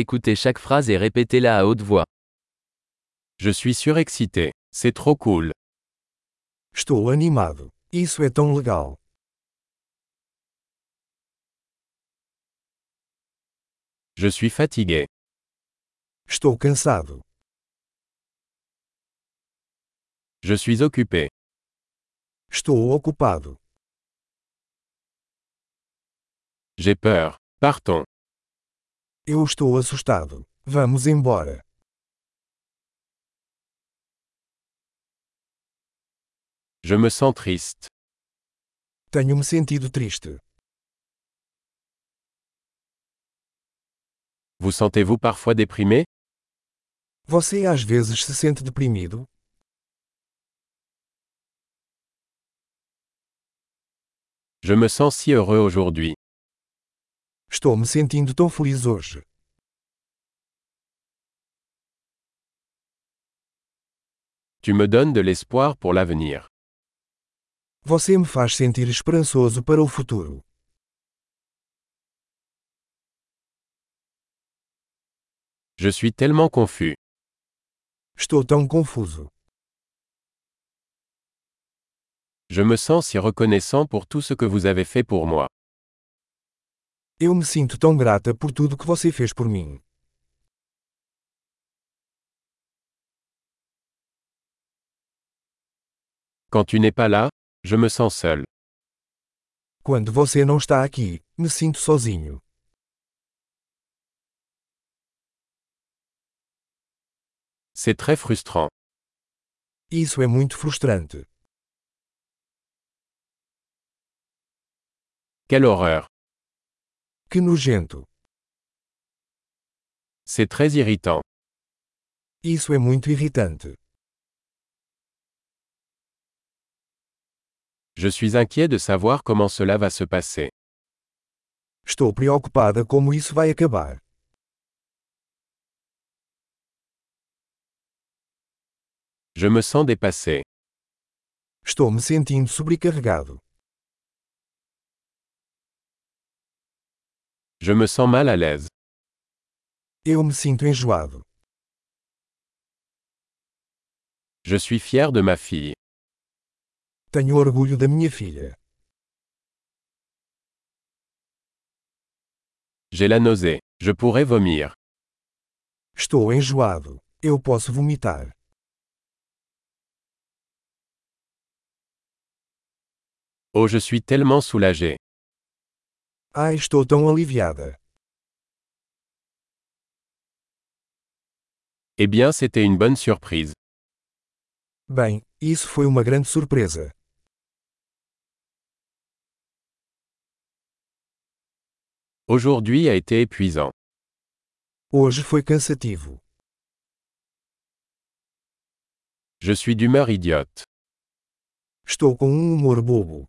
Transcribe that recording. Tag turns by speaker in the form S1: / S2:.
S1: Écoutez chaque phrase et répétez-la à haute voix.
S2: Je suis surexcité. C'est trop cool.
S3: Estou animado. Isso é tão legal.
S2: Je suis fatigué.
S3: Estou cansado.
S2: Je suis occupé.
S3: Estou ocupado.
S2: J'ai peur. Partons.
S3: Eu estou assustado. Vamos embora.
S2: Je me sens triste.
S3: Tenho-me sentido triste.
S2: Vous sentez-vous parfois déprimé
S3: Você às vezes se sente deprimido?
S2: Je me sens si heureux aujourd'hui.
S3: Estou me sentindo tão feliz hoje.
S2: Tu me donnes de l'espoir pour l'avenir.
S3: Você me faz sentir esperançoso para o futuro.
S2: Je suis tellement confus.
S3: Estou tão confuso.
S2: Je me sens si reconnaissant pour tout ce que vous avez fait pour moi.
S3: Eu me sinto tão grata por tudo que você fez por mim.
S2: Quand tu n'es pas là, je me sens seul.
S3: Quando você não está aqui, me sinto sozinho.
S2: C'est très frustrant.
S3: Isso é muito frustrante.
S2: Quelle horreur.
S3: Que nojento.
S2: C'est très irritant.
S3: Isso é muito irritante.
S2: Je suis inquiet de savoir comment cela va se passer.
S3: Estou preocupada como isso vai acabar.
S2: Je me sens dépassé.
S3: Estou me sentindo sobrecarregado.
S2: Je me sens mal à l'aise.
S3: Eu me sinto enjoado.
S2: Je suis fier de ma fille.
S3: Tenho orgulho da minha filha.
S2: J'ai la nausée. Je pourrais vomir.
S3: Estou enjoado. Eu posso vomitar.
S2: Oh, je suis tellement soulagé.
S3: Ai, estou tão aliviada.
S2: Eh bien, c'était une bonne surprise.
S3: Bem, isso foi uma grande surpresa.
S2: Aujourd'hui a été épuisant.
S3: Hoje foi cansativo.
S2: Je suis d'humeur idiote.
S3: Estou com um humor bobo.